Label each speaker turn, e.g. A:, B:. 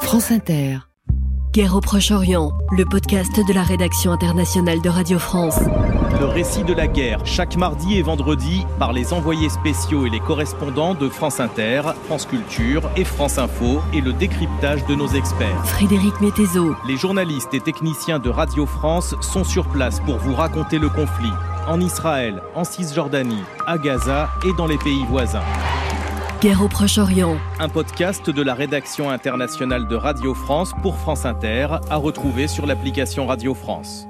A: France Inter.
B: Guerre au Proche-Orient, le podcast de la rédaction internationale de Radio France.
C: Le récit de la guerre, chaque mardi et vendredi, par les envoyés spéciaux et les correspondants de France Inter, France Culture et France Info, et le décryptage de nos experts.
B: Frédéric Métézo,
C: Les journalistes et techniciens de Radio France sont sur place pour vous raconter le conflit, en Israël, en Cisjordanie, à Gaza et dans les pays voisins.
B: Guerre au Proche-Orient,
C: Un podcast de la rédaction internationale de Radio France pour France Inter, à retrouver sur l'application Radio France.